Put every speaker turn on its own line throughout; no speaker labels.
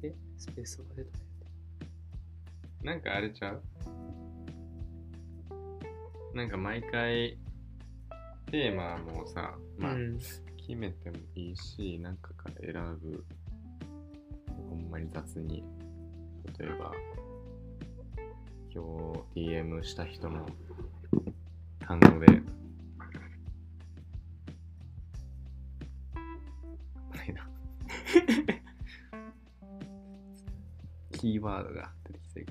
出そう出た
なんかあれちゃうなんか毎回テーマもさ、まあ
うん
決めてもいいし、なんかから選ぶほんまに雑に例えば今日 DM した人の単語でないな キーワードが出てきてる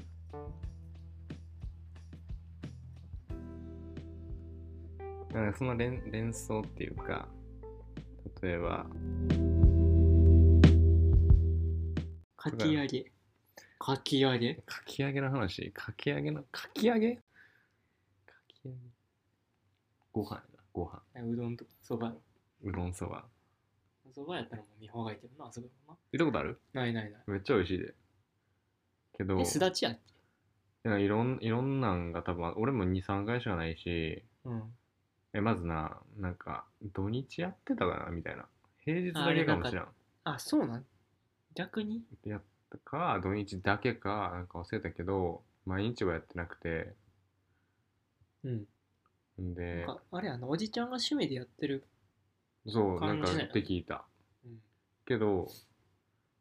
なんかその連連想っていうか例えば
かき揚げかき揚げ
かき揚げの話かき揚げのかき揚げかき揚げご飯だご飯
うどんとかそば
うどんそば
そばやったらもう見放がいてるなあそこは
見たことある
なないないない
めっちゃ美味しいでけど
えすだちやっけ
いやいろんいろんなんが多分俺も23回しかないし
うん
えまずななんか土日やってたかなみたいな平日だけかもしらん
あそうなん逆に
やったか土日だけかなんか忘れたけど毎日はやってなくて
うん
んで
なんかあれやなおじちゃんが趣味でやってる
そうな
感
ん
じ
か
だよね
って聞いた
うん
けど、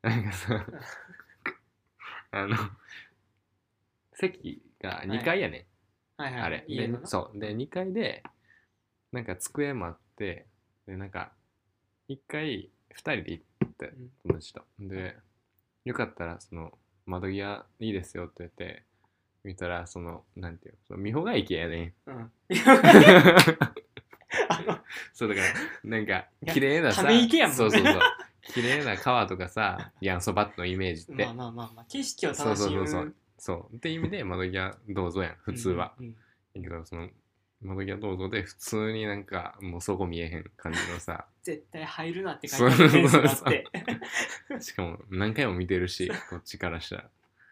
なん かさ、あの、席が2階やね、
はいはい
あれ。
家
で
の、な
そう。で、2階で、なんか机もあって、で、なんか、1回、2人で行って
うん、
友達と。で、よかったら、その、窓際いいですよって言って、見たら、その、なんていうのその、美穂が駅や ねん。
うん
そうだからなんか綺麗なさ
ため池やもんね
そうそうそう綺麗な川とかさヤンそばのイメージって、
まあまあまあまあ景色を
そう
楽
そう
し
そ
む
うそうそうって意味で窓際どうぞやん普通は、
うんうん
だけどその窓際どうぞで普通になんかもうそこ見えへん感じのさ
絶対入るなって書いてあるペースがあって
しかも何回も見てるしこっちからしたら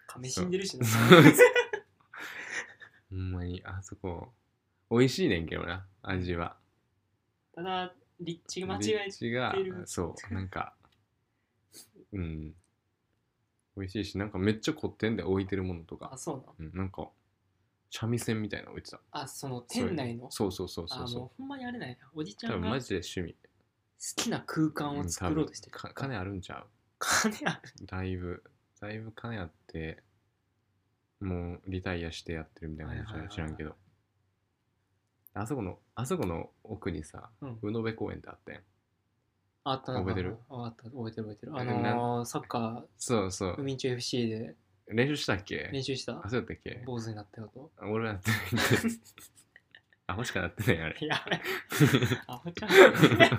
亀死んでる しな
そうそうほんまにあそこ美味しいねんけどな味は
ただ立地が間違え
立地が
てる
そうなんかうん美味しいしなんかめっちゃ凝ってんで置いてるものとか
あ、そうなの
うん、なんか三味線みたいなの置いてた
あその店内の
そうそうそうそ
あ
う
も
そう
ほんまにあれないなおじち
う
ゃ
多
ん
分
が
マ
好
ジで趣味
きな空間
う
を
ん
作ろうとしてる
多分か金あるんちゃ
金ある
うだいぶだいぶ金あってもうリタイアしてやってるみたいな感じ
はいはい
は
はい
知らんけどあそこのあそこの奥にさ
うん
宇野部公園ってあったやん
あったな
覚えてる
ああった覚えてる覚えてる
え
あのーサッカ
そう
ー
そう
海中 FC で
練習したっけ
練習した
あそうやったっけ
坊主になったよと
俺はやってないんでアホしかなって ないあ れ
いやアホちゃんだね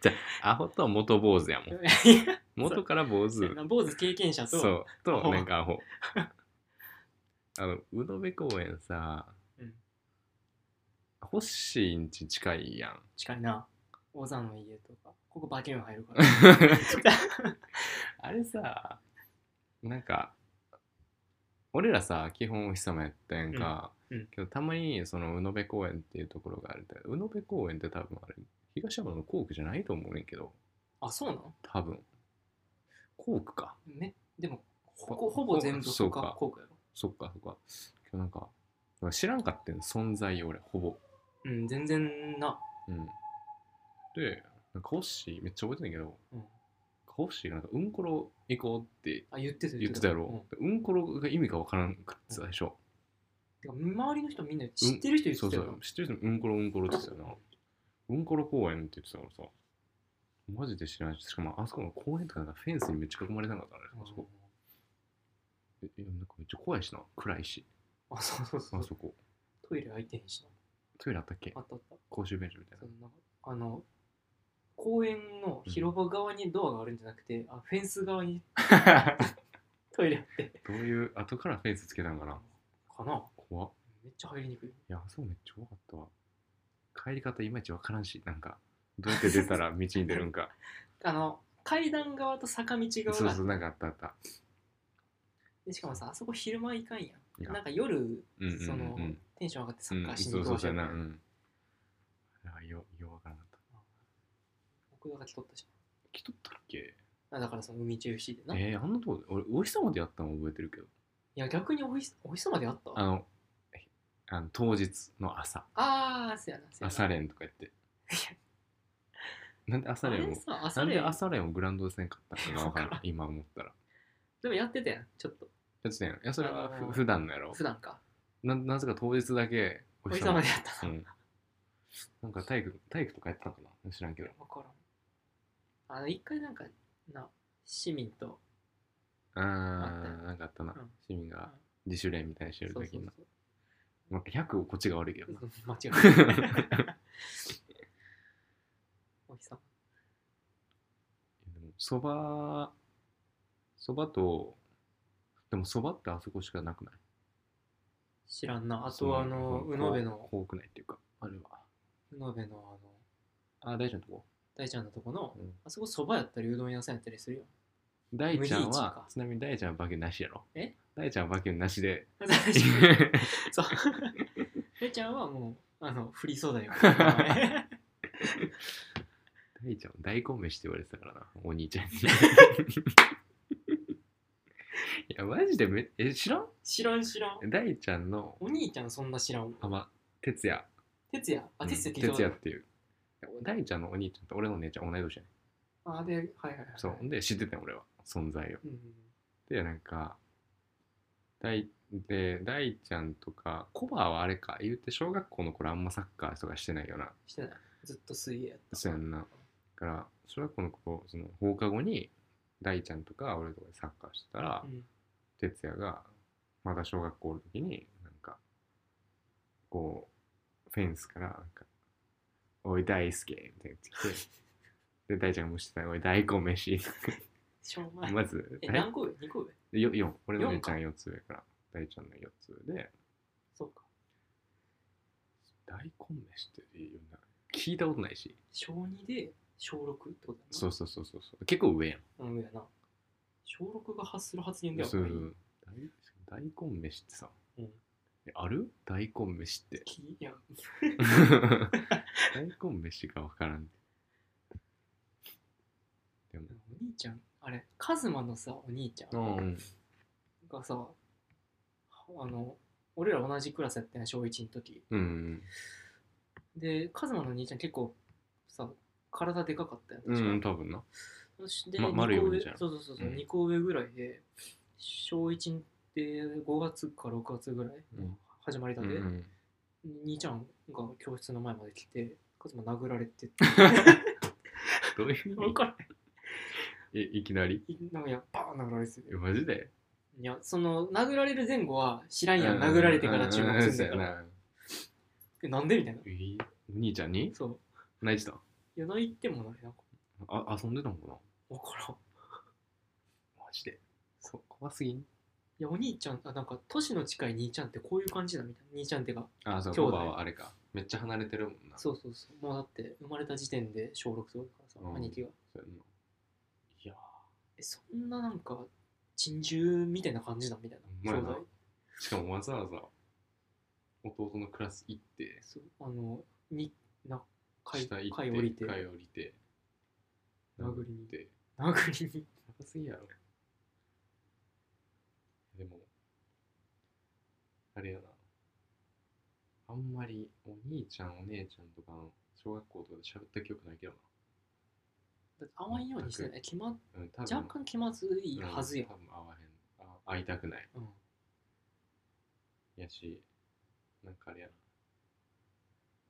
じゃあアホと元坊主やもん
いや
元から坊
そ
主
うやな坊主経験者
そ
と
う
アホ
となんかアホあの宇野部公園さ、
うん
ホッシーんち近いやん
近いな大山の家とかここバケン入るから
あれさなんか俺らさ基本お日様やったやんか、
うんうん
けどたまにその宇野部公園っていうところがあるんだけど宇野部公園って多分あれ東山の校区じゃないと思うねんけど
あそうなの
多分校区か
ねでもほ
ほ
ぼほぼ全部
そう
福
か
岡航空やろ
そっかそっかけどなんか知らんかってん存在を俺ほぼ
うん全然な
うんでなんかホッシーめっちゃ覚えてんだけど、
うん
ホッシーがなんかうんころ行こうって
あ言ってた
言ってたやろ、うん、ころが意味がわからんくって最初、
てか周りの人みんな知ってる人言
そ
っ
う
て
そ
たよな
う知ってる人もうんころうんころって言ってたよなうんころ公園って言ってたからさマジで知らないししかもあそこの公園とかなんかフェンスにめっちゃ囲まれてなかったからねあそこえいやなんかめっちゃ怖いしな暗いし
あそうそうそ
あ
う
そこ
トイレ開いてへんし
トイレあったっけ
なあったあった
公衆便所みたい
そ
な
のなんかあの公園の広場側にドアがあるんじゃなくて、あフェンス 側にトイレあって
どういう後からフェンスつけたんかな
かな
怖っ
めっちゃ入りにくい
いや、あそうめっちゃ怖かったわ。帰り方いまいちわからんし、なんか、どうやって出たら道に出るん か。
あの階段側と坂道側
そう
があっ
そう、なんかあったあった。
でしかもさあそこ昼間いかんやん
いかん
なんか夜
うんうんうんうん。
そのテンション上がってサッカ
うん
ーしに
そ
行
う
こ
そうう
じ
そ
ゃ
うや
な
な。
いう僕
ん。あれはよ、ようわからなかった。
が来とったじ
来とったっけ
ゃあだからその海中 FC でな、い
えー、あんなとこで、俺、お日様でやったの覚えてるけど、
や逆におひお日様であった
あの、えあの当日の朝、
ああそうやなそうやな
朝練とか言って。なんで朝
あ
練
れ
を、
さ
な
朝
んで
練
朝練をグラウンドでせんかったのかがわからん
わからん
今思ったら。
でもやってたやんちょっと
だってねいや、それは
あー
ふ普段のやろ。
普段か
ななぜか当日だけ
お
お
日
日
様
様
でやった
う
な、
ん、なんか体育体育とかやってたのかな知らんけど
分からんあの一回なんかな市民と
あ
あったよ
ーなんかあったな、
うん
市民が自主練みたいにしてる
そう
時
そ
に
う
ななんか100こっちが悪いけ
そ
どな
う間違えない お日様
でもそばそばとでもそばってあそこしかなくない
知らんなあとはあの宇野部の
多くないっていうかあれは
宇野部のあの
あ大ちゃんのとこ、
大ちゃんのとこの
うん
あそこそばやったりうどん屋さんやったりするよ
大ちゃん
麦市
は
か
ちなみに大ちゃんはバキューなしやろ
え
大ちゃんはバキューなし で
大ちゃん そう大ちゃんはもうあの振りそうだよ
大ちゃんを大根飯って言われてたからな、お兄ち ゃんに。いや、マジでめ、え、知らん
知らん知らん
大ちゃんの、
お兄ちゃんそんな知らん
あ、ま、哲也。
哲也あ
うん
哲也聞いたこ
哲
とあ
也
る
っていう。大ちゃんのお兄ちゃんと俺のお姉ちゃん同い年やね
あではいはいはい
ん。そう。で、知ってたよ、俺は。存在を。
うんうん
で、なんか、大、で、大ちゃんとか、コバはあれか、言うて小学校の頃あんまサッカーとかしてないよな。
してないずっと水泳やった
そうやんな。だから、小学校の頃、その放課後に、大ちゃんとか俺とかでサッカーしてたら、
うん
哲也がまだ小学校の時になんかこうフェンスからなんか「おい大輔」みたいな言ってきてで大ちゃんが虫してた「おい大根飯」
しょう がない
まず
え何個上二個上
よ4俺の
四
姉ちゃん4つ上から大ちゃんの4つ上で
そうか
「大根飯」っていうな聞いたことないし
小二で小六ってことだな
そうそうそうそうそう結構上やん
うんやな小六が発する発言では
そう
ない
大大根飯ってさ、
うん
えある大根飯って
きいや
大根飯がわからん。でも
お、兄ちゃんあれカズマのさお兄ちゃん
うん、
がさ、あの俺ら同じクラスやったんや小1の時
うん、
でカズマのお兄ちゃん結構さ体でかかったやん
う
確か
ん、多分な。
そして、
ま
二
丸い
個
お兄
上
ちゃん
そうそうそうそう、
うん
2個上ぐらいで小1って5月か6月ぐらい、
うん
始まりたて、
うん
兄ちゃんが教室の前まで来てカズマ殴られて
どういう意
わ
味
か
えいきなり
るなんかやバーン殴られてて
えマジで
いやその殴られる前後は知らんやん殴られてから注目するんだか
う
ら
うう
えなんでみたいな
そうやなえお兄ちゃんに
そう
泣いてた
いや泣いてもないなんか
あ遊んでたのかな
分からん
マジで。そう、怖すぎん
いやお兄ちゃんあなんか年の近い兄ちゃんってこういう感じだみたいな兄ちゃんってか
あ、そう、
兄弟
コバはあれか。めっちゃ離れてるもんな。
そうそうそうもうだって生まれた時点で小6とかだからさ
うん
兄貴が
そうやんな。いや
えそんななんか珍獣みたいな感じだみたい
ほ
なん
ま
兄
やな
弟
ーしかもわざわざ弟のクラス行って、
そうあのにな階
下行って
階降りて
階降りて
殴りに
殴って
殴りに
高すぎやろでもあれやなあんまりお兄ちゃんお姉ちゃんとかの小学校とかで喋った記憶ないけど
だって会わんようにしてない気ま
な、うん、多分
若干気まずいはずや
うん、多分会わへんあ会いたくない
うん、
やしなんかあれや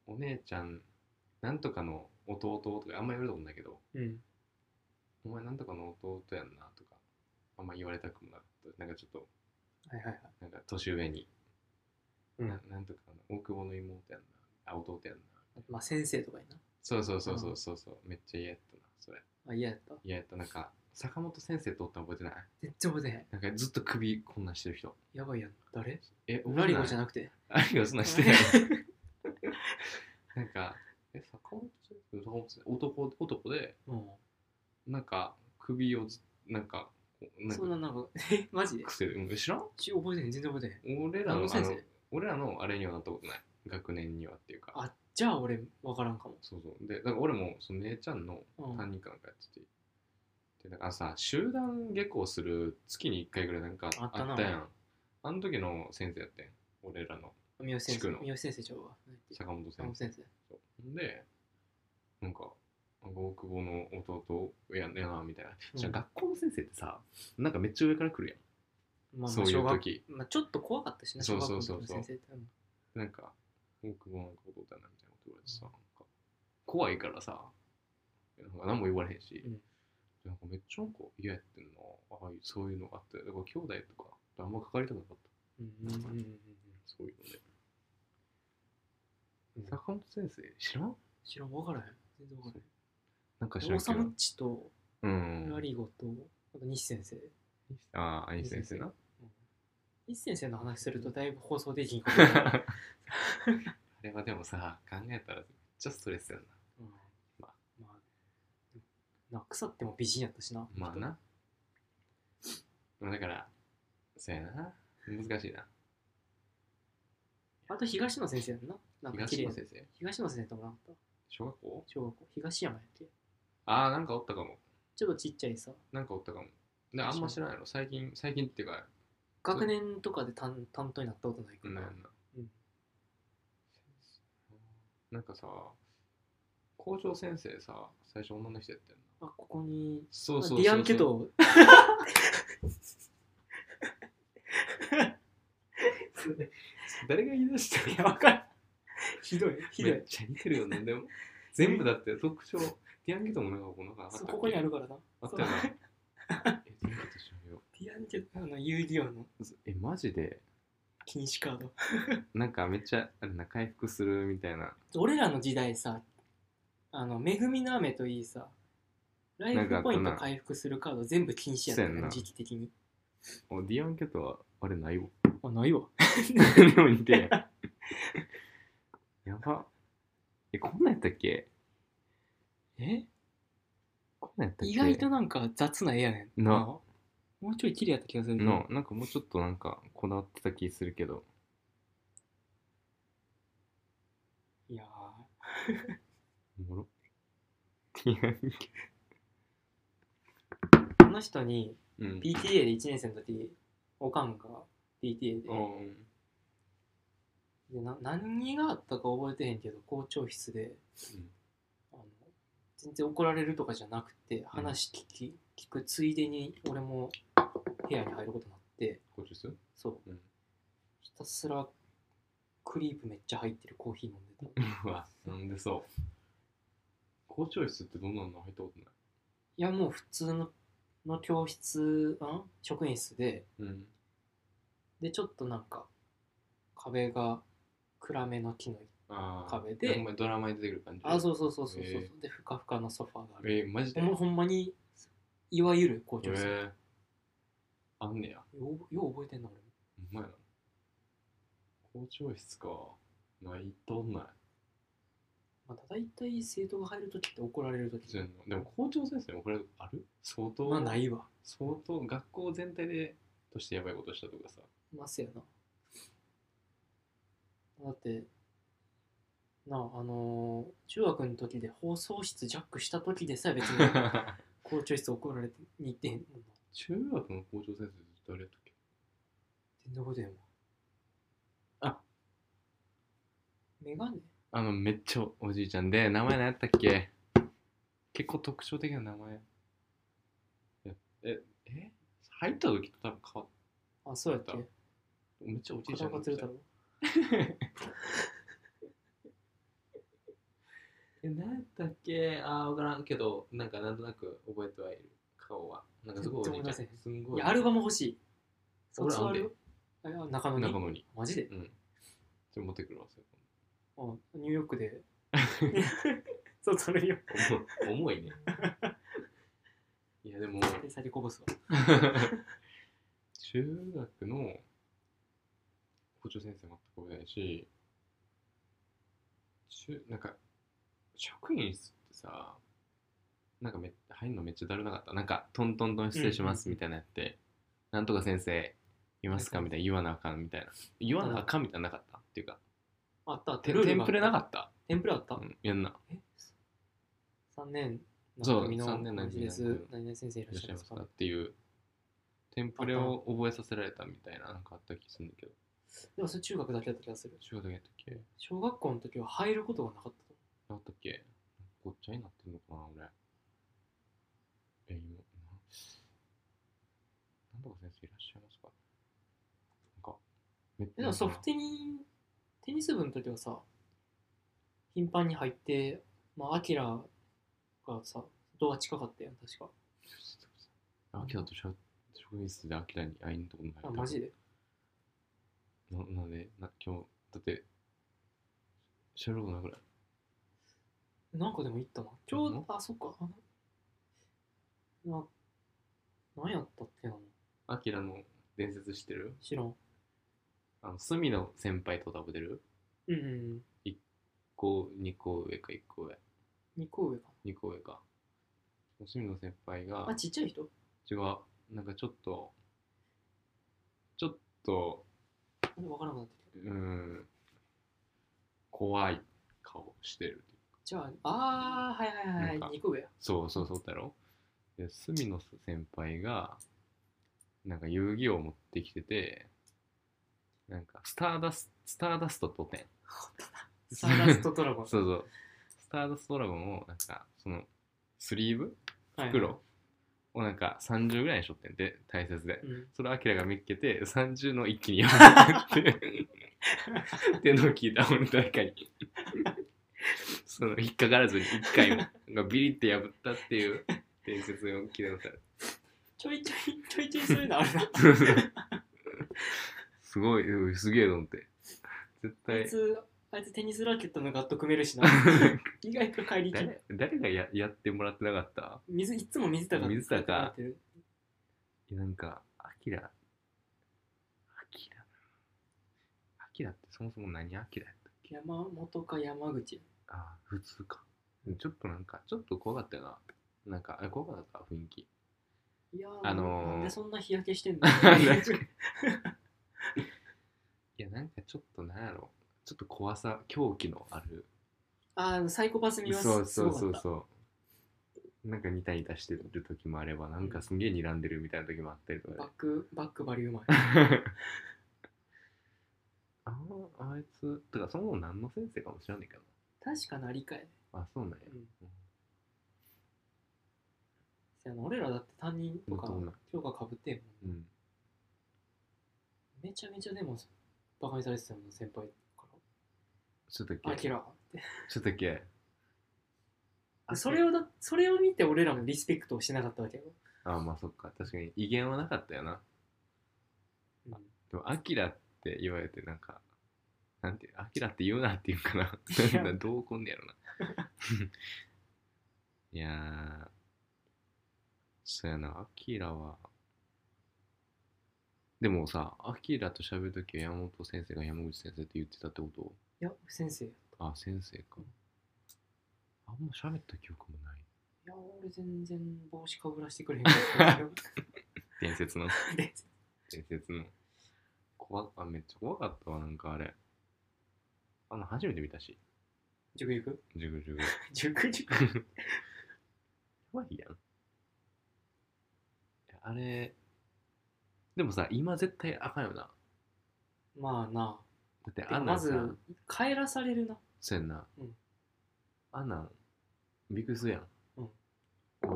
なお姉ちゃんなんとかの弟とかあんま言われたことないけど
うん、
お前なんとかの弟やんなとかあんま言われたくもなかったなんかちょっと
はいはいはい
なんか年上に、
うん
な なんとかの大久保の妹やんなあ弟やんな
まあ先生とかや
そうそうそうそううんそうそう、めっちゃ嫌やったなそれ
なあ嫌やった
嫌やったなんか坂本先生とおったの覚えてない
全然覚えてへん
なんかずっと首こんなんしてる人
やばいやん誰
えお
ラリゴじゃ
ん
なくて
ラリゴそんなんしてないなんかえ坂本先生坂本先生男男で
うん
なんか首をずなんかこうなん
そんな
か
なんかえマジで
癖でうん知らん
ち覚えてへん全然覚えてへん
俺ら
何の
のあ
先
の
生
俺らのあれにはなったことない学年にはっていうか
あじゃあ俺分からんかも
そうそうでだから俺もその姉ちゃんの
うん
担任かなんかやってて、でなんかさ集団下校する月に1回ぐらいなんか
あ
あ
ったな
ったやんあの時の先生やってん俺らの
三好先
地区
生
の
三好先生ちゃうわ何やって
坂本
坂
先
本
生
先生
そうでなんか大久保の弟やんねやなみたいな、
うん
じゃあ学校の先生ってさなんかめっちゃ上から来るやん、
まあまあ
そうい
小
う
学
時
まあちょっと怖かったしな
そう
小学校
そ
の
う
時
そう
の先生ってうん
なんか大久保の弟やなみたいなこと言われてさ、なんか怖いからさなんか何も言われへんし、
うん
なんかめっちゃなんか嫌やってんのああいうそういうのがあってだから兄弟とかあんま関わりたくなかった
うんうんうんうんうん
そういうので
うん
坂本先生知らん
知らん分からへん全然分からへん
なんか知ら
オ
んけ
サ
ど
ムッチと
うん
ラリゴとあと西先生
ああ兄先生な
西先生の話するとだいぶ放送できんこと になる
あれはでもさ考えたらめっちゃストレスやな
うんま
ま
あな腐っても美人やったしな
まあなまあだからそうやな難しいな
あと東野先生やんななんか綺
東
麗
野
な
先生
東野先生ともなかった
小学校
小学校東山やっけ
ああなんかおったかも
ちょっとちっちゃいさ
なんかおったかもであんま知らないの最近最近っていうか
学年とかで担担当になったことないか
なん
ら、
やんな、なんかさ校長先生さ最初女の人やってんな
あここに
そうそうそうそう
ディアンケト
誰が言い出し た
いやわからんひどいひど
めっ
い
ちゃ似てるよねでも全部だって特徴ディアンケトもなんかこうなんかあったっ
そ
け
うここにあるからな
あったよな
そう
えディアンケトしようよ
ディアンケトの遊戯王の
えマジで
禁止カード
なんかめっちゃあれな回復するみたいな
俺らの時代さあの「めぐみの雨」といいさライフポイン
な
ト
んかあったな
回復するカード全部禁止やったよ
そうやん
ね
な
時期的に
おディアンケトはあれないわ
あないわ
でも似てる やばえこんなんやったっけ
え
こんなんやったっけ
意外となんか雑な絵やねん
な
もうちょい綺麗やった気がするけど
のなんかもうちょっとなんかこだわってた気するけど
いやー
おもろディアンケト
あの人に
うん
PTA で1年生の時おかんが PTA で
うん
でな何があったか覚えてへんけど校長室であの全然怒られるとかじゃなくて話聞き、聞くついでに俺も部屋に入ることになって
こっちですよ
そう
うん
ひたすらクリープめっちゃ入ってるコーヒー飲んでたいう
わなんでそう校長室ってどんなの入ったことない
やもう普通のの教室あん職員室で
うん
でちょっとなんか壁が暗めの木の
あー
壁で
ほんまにドラマに出てくる感じ
あそうそうそうそうそう、
へえ
でふかふかのソファーがある、
えー、マジで
ほんまほんまにいわゆる校長室、
えー、あんねや
ようよう覚えてんの俺
ほんまやな校長室かないとんない
まあ、大体生徒が入るときって怒られるとき
そうやんなでも校長先生にこれある相当、
まあないわ。
相当学校全体でとしてやばいことしたとかさ
ますやな。だって、なあ、あのー中学の時で放送室ジャックした時でさえ別 に校長室怒られてに行ってへんもんな。
中学の校長先生って誰やったっけ
全然覚えてへんわ。
あ
メガネ
あのめっちゃおじいちゃんで名前何やったっけ結構特徴的な名前えええ入った時と多分変わっ
あ、そうやった
だ。めっちゃおじいちゃ
片
ん
岡鶴
でした
太郎。
え、何やったっけああ、わからんけど、なんかなんとなく覚えてはいる。顔は。なんかすごいおじいちゃ
全然思い出
ん。
せへん
すんご
い
い。
や、アルバム欲しい。
俺
卒ア
あん
ルあ中野に
中。野に。
マジで
うん。ちょ、持ってくるわ、それ。
あニューヨーク で。卒アルよ。
重い 重いね。いや、でも、
で、先こぼすわ。
中学の校長先生も全く覚えてないし、中、なんか、職員室ってさ、なんかめ入るのめっちゃだるなかった。なんか、トントントン失礼しますみたいなやって、なんとか先生、いますかみたいな、言わなあかんみたいな。言わなあかんみたいなのなかったっていうか、
あったあった。
テ
ルー
テ
ルが
ン
あっ
プ
た
レなかった。
テンプレあった、
うん、やんな。
え ?3 年
そう
中身の
三年
感じで
何
す
々。
何々先生いらっ
いらっ
し
し
ゃいま
ゃいますす
か
かっていうテンプレを覚えさせられたみたいななんかあった気するんだけど
でもそれ中学だけだった気がする。
中学だけやったっけ
小学校の時は入ることがなかったと
なったっけごっちゃになってんのかな俺え今ななんとか先生いらっしゃいますかなんかめっ
えでもソフトテニテニス部の時はさ、頻繁に入って、まあ、アキラがさ、ドア近かったやん、確か。
アキラとしゃ職員室でアキラに会いに行ったこと
あ、
ない
マジで。
ななんでな今日だってしゃべることないぐらい
なんかでも行ったな。今
う
日
ん、
あ、そっか。あのな、なんやったっけな。
アキラの伝説知ってる
知らん。
あの隅の先輩と食べてる
うんうん
こう2個上か1個上
うん。2個上か
2個上か隅の先輩が
な。あ、ちっちゃい人
違うなんかちょっとちょっと
あわからなくなってきた。
うーん怖い顔してる
じゃあ、あー、はいはいはい
なん
は
か
い、2個上や。
そうそうそうだろで隅野先輩がなんか遊戯王を持ってきててなんかスターダススターダストとてん
スターダストドラゴン。
そうそうスターダストドラゴンをなんかそのスリーブ
はい
袋をなんか30ぐらいにしょってんで大切で
うん
それアキラが見っけて30の一気にやめてっていうのを聞いた俺誰かにその引っかからずに一回もがビリって破ったっていう伝説を聞いたことある
ちょいちょい、ちょいちょいそういうのある な。
すごいうんすげえと思って絶
あい
対
つ、あいつテニスラケットのガット組めるし な。意外と帰りき
誰誰がややってもらってなかった
水、いつも水高
水高
やってる
いやなんかアキラアキラアキラってそもそも何アキラやったっけ
山本か山口。
ああ、普通か。ちょっとなんか、ちょっと怖かったよな。なんか、あ怖かった雰囲気。
いやー、
あのー
なんでそんな日焼けして んの
いや、なんかちょっとなんやろ。ちょっと怖さ、狂気のある。
あー、サイコパス見ます。
そうそうそ
すご
う
かった
そう。なんかニタニタしてる時もあれば、なんかすんげえ睨んでるみたいな時もあったりとか
バ
で
ッ。ク、バックバリうまい。
あのあいつ、てかそもそも何の先生かも知らねえけど
確かなりかい。
な。あ、そうなんや。
うんせやな俺らだって担任とか
ほんとほんと、
教科かぶってんも。
うんん。
めちゃめちゃでも、バカにされてたもん、先輩か
ちょっとっけ
ら。あきらって。
ちょっとっけ
でそれをだ、それを見て俺らもリスペクトをしてなかったわけよ。
あ、まあそっか。確かに威厳はなかったよな。
うん
でも、アキラって言われて、なんか、なんて、アキラって言うなって言うかな。
いや
なんだ どうこんねやろな。 いやー、そうやな、アキラは、でもさ、アキラと喋るときは山本先生が山口先生って言ってたってこと
いや、先生。い
あ、先生か。あんま喋った記憶もない。
や、俺全然帽子かぶらしてくれへんかったけ ど
伝 説の、
で
伝説の。怖あ、めっちゃ怖かったわ、なんかあれ。あの、初めて見たし、
塾行く
ジュグジュグ。
塾 塾
やばいやん。いやあれ、でもさ、今絶対あかんよな。だ
まあな。
って
て
あ
か
んな
ま
んさ、
ず、帰らされるな。
そうやんな。
うん
あんなん、びっくりするやん。
うん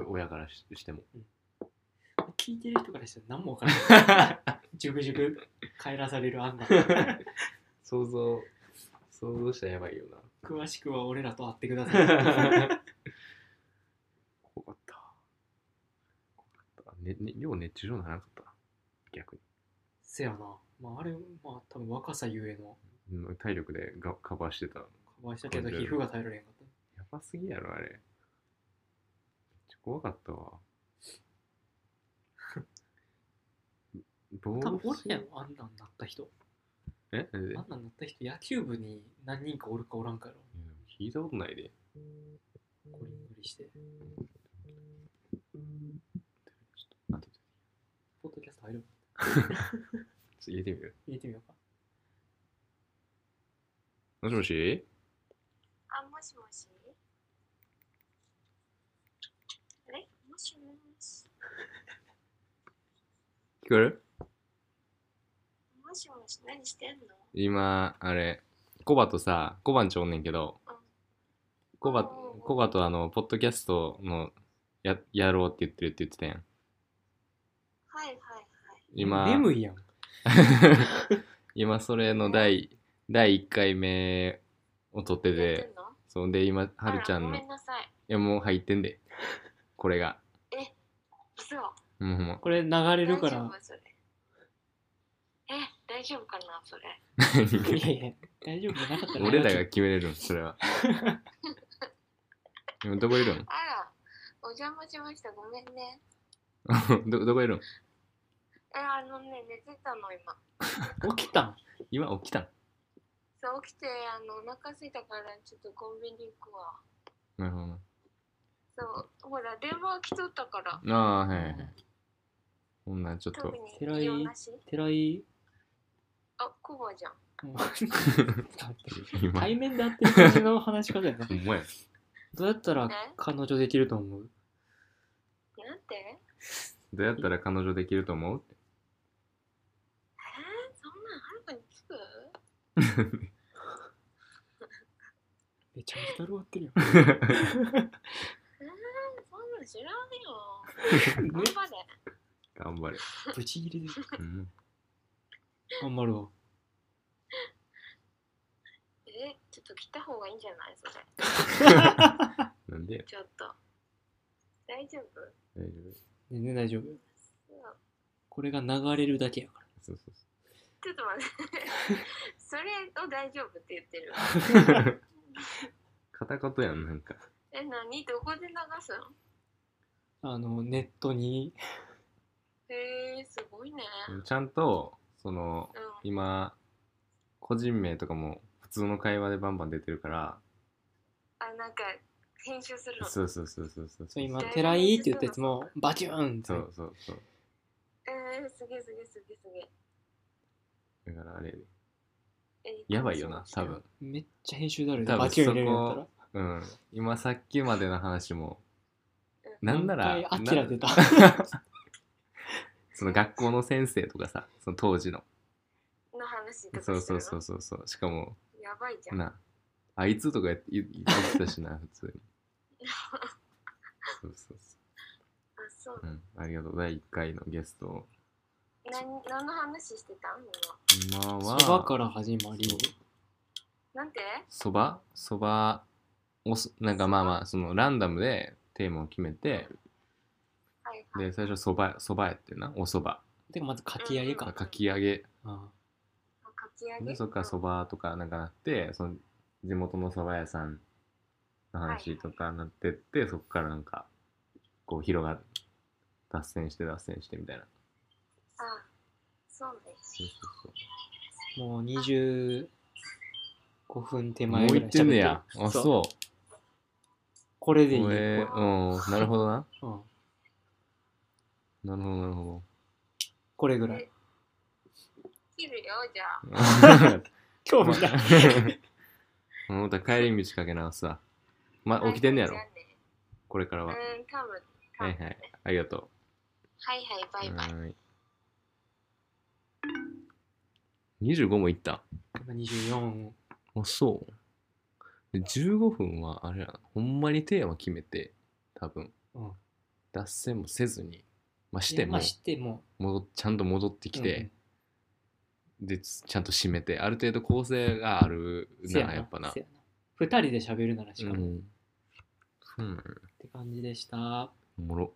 お親からししても。
聞いてる人からしたら何もわからない。 塾塾、帰らされるあんな。
想像、想像したらやばいよ な。
詳しくは俺らと会ってください。
怖かった。怖かった。ね、ね、よう熱中症にならなかった。逆に。
せやな。まああれ、まあ多分若さゆえの
うん体力でがカバーしてた。
カバーしたけど皮膚が耐えられへんかった。
やばすぎやろ、あれ。めっちゃ怖かった わ。帽
多分おる
子
やん、あんなんなった人。
えなんでい
あ
や
んなんなった人、野球部に何人かおるかおらんから、
聞いたことないで。
ゴリゴリして。
ちょっと、あと、ちょ
ポッドキャスト入る
っと入れてみる。
入れてみようか。
もしもし
あ、もしもし。
聞こえる
もしもし、何してんの
今、あれ、コバとさ、コバんちおんねんけど、コバ、コバとあの、ポッドキャストのや、やろうって言ってるって言ってたやん。
はいはいはい。
今、
眠いやん。
今それの第、第1回目を撮って
やって
て
ん、の
そんで今、はるちゃん
あ
の、
らご
い
めんなさい。
やもう入ってん で、これが。
そう。
うんほん ま。
これ流れるから
大丈。夫それえ、大丈夫かな、それ。
いやいや、大丈夫じゃなかったら
俺らが決めれるん、それは。今どこいるん
あら、お邪魔しました。ごめんね。
どどこいるん
え、あのね、寝てたの今。
起きたん
今起きたん
そう、起きて、あの、お腹空いたから、ちょっとコンビニ行くわ。
なるほどな。
そう、ほら、電話来とったから。
ああ、はいはいはい。こんなんちょっ
特
と。
に
偉
異
い
様なし。
寺井
あ、コバじゃん。
もうちょっと待って
今。
対面で会ってる感じの話し方やな
ほんまや。
どうやったら彼女できると思う
なんて
どうやったら彼女できると思う
えー、そんなん、はるかに聞く
めちゃめちゃだるわってるや
えそんなん知らんよ。
ん。
頑
ね
張れ。
頑張れ。
ぶち切れです。
うん。
頑張るわ。
え、ちょっと来た方がいいんじゃないそれ。
なんでや
ちょっと。大丈夫
大丈夫。
全然大丈夫。
そう
これが流れるだけやか
そうそう
ちょっと待って。 それを大丈夫って言ってる。
そう。片言やん、なんか。
え、何どこで流す
ら。
の
あの、ネットに、
へえ、すごいね。
ちゃんと、その、
うん。
今、個人名とかも普通の会話でバンバン出てるから、
あ、なんか、編集するの。
そうそうそうそうそう。
そう今、
えー
寺井って言ったやつも、バキューンって
そ。うそうそう。
えー、すげえすげえすげえすげえ
だからあれ、
え。
やばいよな、
楽し
多
みに
分。
めっちゃ編集だるい。
多分
バキューン入れるんやったら。
うん。今さっきまでの話も、
してます。うん
なんなら、
あきら出た。
その学校の先生とかさ、その当時の。
の話とかして
そ
る
う
の
そうそうそうそう。しかも、
やばいじゃん。
な、あいつとか言って言ってたしな、普 通に。そうそうそ
あ、そう
う。う。ん。ありがとう。第1回のゲスト。
何何の話してたん
今
そ
は、
ばから始まり。
なんて
そばそばをす、なんかまあまあ、そのランダムでテーマを決めて、
はいはい。
で、最初そば、そばやってんな。おそば。
で、まずかき上げ
か
か。
き揚げ。
あ
あかき揚げ
でそっからそばとかなんかなってその地元のそば屋さんの話とかなってって、そっからなんかこう広が脱線して脱線してみたいな
あそうね。
そうそう
あもう25分手
そう
前
もう
ぐ
行
らい
ってんねや
喋ってる
あそう
これでいい
これ
ね。
うんなるほどな
うん
なるほどなる ほ
これぐらい。
切るよ、じゃあ。
ど
今日みたい。
うん また帰り道かけ直すわま起きてんねやろ
はいじゃあね
これからは
うん、多分。多
はい
分
はいありがと
はいはい、バ
う
イバイ。
はい25も行った
今24。
あ、そう。で15分は、あれやな、ほんまにテーマ決めて、多分、
うん
脱線もせずに、まあ、 して
ま
も
あ、しても。
戻っ、ちゃんと戻ってき
うんうん
て、で、つちゃんと締めて、ある程度構成がある
せ
な、やっぱな
せ。や二人で喋るならし
う
かも、っ
ん。そうなんや
て感じでした。
おもろ。